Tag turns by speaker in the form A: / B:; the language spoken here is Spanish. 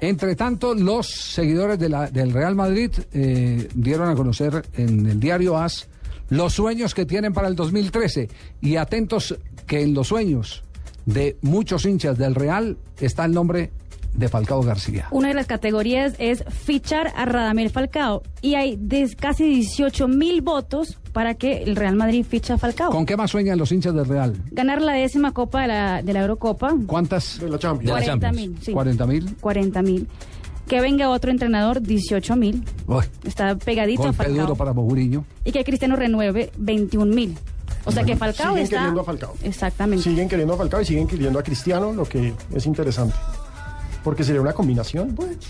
A: Entre tanto, los seguidores de la- del Real Madrid eh, dieron a conocer en el diario AS los sueños que tienen para el 2013 y atentos que en los sueños de muchos hinchas del Real está el nombre de Falcao García.
B: Una de las categorías es fichar a Radamel Falcao y hay des- casi 18 mil votos para que el Real Madrid ficha a Falcao.
A: ¿Con qué más sueñan los hinchas del Real?
B: Ganar la décima copa de la, de la Eurocopa,
A: ¿Cuántas?
C: De la Champions.
D: la Champions.
B: mil, sí,
A: 40 mil.
B: 40 mil. Que venga otro entrenador, 18 mil, está pegadito a
A: Golpe
B: Falcao.
A: duro para Mourinho.
B: Y que Cristiano renueve 21 mil. O sea que Falcao
C: siguen
B: está...
C: queriendo a Falcao.
B: Exactamente.
C: Siguen queriendo a Falcao y siguen queriendo a Cristiano, lo que es interesante. Porque sería una combinación, pues.